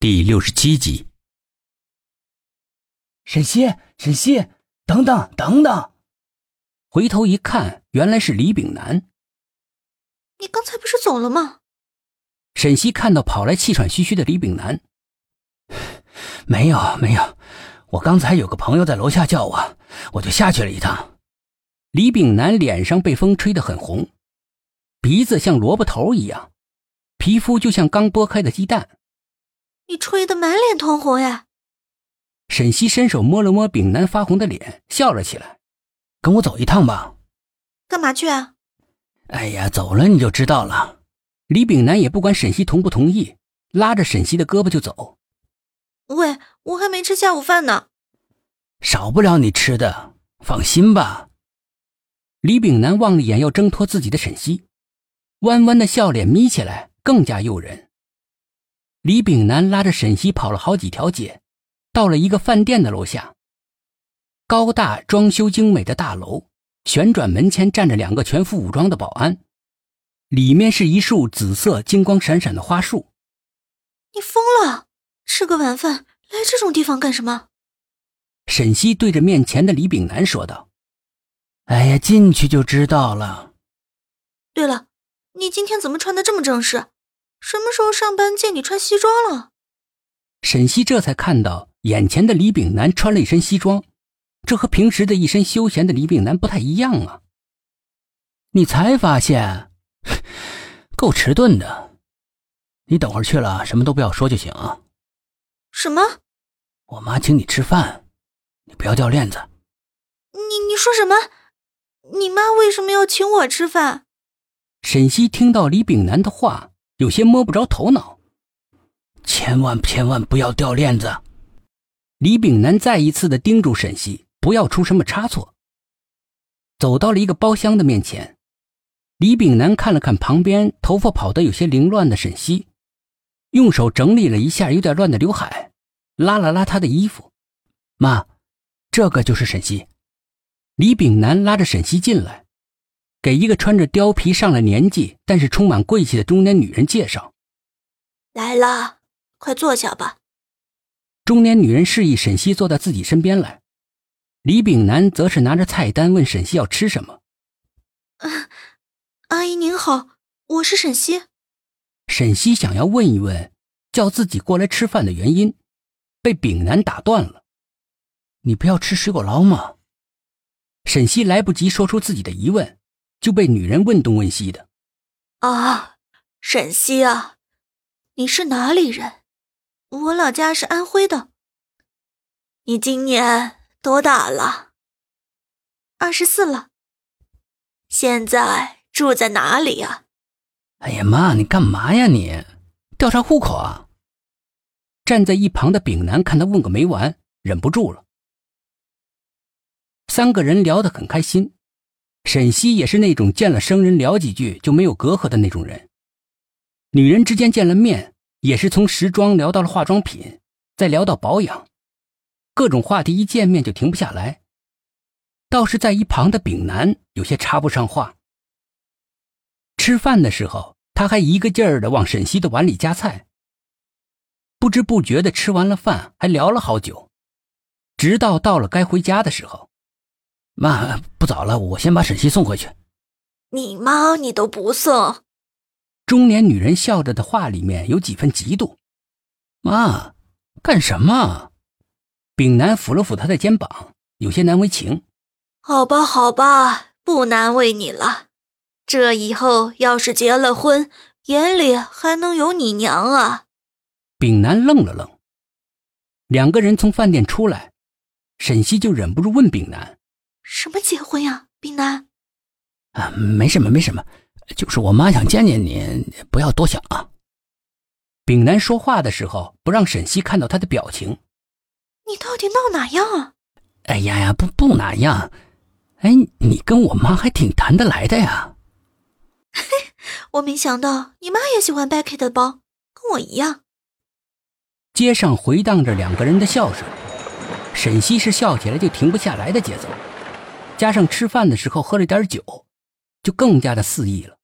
第六十七集。沈西，沈西，等等，等等！回头一看，原来是李炳南。你刚才不是走了吗？沈西看到跑来气喘吁吁的李炳南，没有，没有，我刚才有个朋友在楼下叫我，我就下去了一趟。李炳南脸上被风吹得很红，鼻子像萝卜头一样，皮肤就像刚剥开的鸡蛋。你吹得满脸通红呀！沈西伸手摸了摸丙南发红的脸，笑了起来：“跟我走一趟吧。”“干嘛去啊？”“哎呀，走了你就知道了。”李炳南也不管沈西同不同意，拉着沈西的胳膊就走。 “喂，我还没吃下午饭呢。”“少不了你吃的，放心吧。”李炳南望了眼要挣脱自己的沈西，弯弯的笑脸眯起来更加诱人。李炳南拉着沈西跑了好几条街，到了一个饭店的楼下。高大装修精美的大楼，旋转门前站着两个全副武装的保安，里面是一束紫色、金光闪闪的花束。你疯了！吃个晚饭来这种地方干什么？沈西对着面前的李炳南说道：“哎呀，进去就知道了。对了，你今天怎么穿的这么正式？”什么时候上班见你穿西装了？沈西这才看到眼前的李炳南穿了一身西装，这和平时的一身休闲的李炳南不太一样啊！你才发现，够迟钝的。你等会儿去了，什么都不要说就行啊。什么？我妈请你吃饭，你不要掉链子。你你说什么？你妈为什么要请我吃饭？沈西听到李炳南的话。有些摸不着头脑，千万千万不要掉链子！李炳南再一次的叮嘱沈西不要出什么差错。走到了一个包厢的面前，李炳南看了看旁边头发跑得有些凌乱的沈西，用手整理了一下有点乱的刘海，拉了拉她的衣服。妈，这个就是沈西。李炳南拉着沈西进来。给一个穿着貂皮、上了年纪但是充满贵气的中年女人介绍：“来啦，快坐下吧。”中年女人示意沈西坐到自己身边来，李炳南则是拿着菜单问沈西要吃什么。啊“阿姨您好，我是沈西。”沈西想要问一问叫自己过来吃饭的原因，被炳南打断了：“你不要吃水果捞吗？”沈西来不及说出自己的疑问。就被女人问东问西的，啊，沈西啊，你是哪里人？我老家是安徽的。你今年多大了？二十四了。现在住在哪里呀、啊？哎呀妈，你干嘛呀你？调查户口啊？站在一旁的丙南看他问个没完，忍不住了。三个人聊得很开心。沈西也是那种见了生人聊几句就没有隔阂的那种人，女人之间见了面也是从时装聊到了化妆品，再聊到保养，各种话题一见面就停不下来。倒是在一旁的丙南有些插不上话。吃饭的时候，他还一个劲儿的往沈西的碗里夹菜。不知不觉的吃完了饭，还聊了好久，直到到了该回家的时候。妈，不早了，我先把沈西送回去。你妈，你都不送。中年女人笑着的话里面有几分嫉妒。妈，干什么？丙南抚了抚她的肩膀，有些难为情。好吧，好吧，不难为你了。这以后要是结了婚，眼里还能有你娘啊？丙南愣了愣。两个人从饭店出来，沈西就忍不住问丙南。什么结婚呀，冰南？呃啊，没什么，没什么，就是我妈想见见你，不要多想啊。丙南说话的时候不让沈西看到他的表情。你到底闹哪样啊？哎呀呀，不不哪样，哎，你跟我妈还挺谈得来的呀。嘿，我没想到你妈也喜欢 Becky 的包，跟我一样。街上回荡着两个人的笑声，沈西是笑起来就停不下来的节奏。加上吃饭的时候喝了点酒，就更加的肆意了。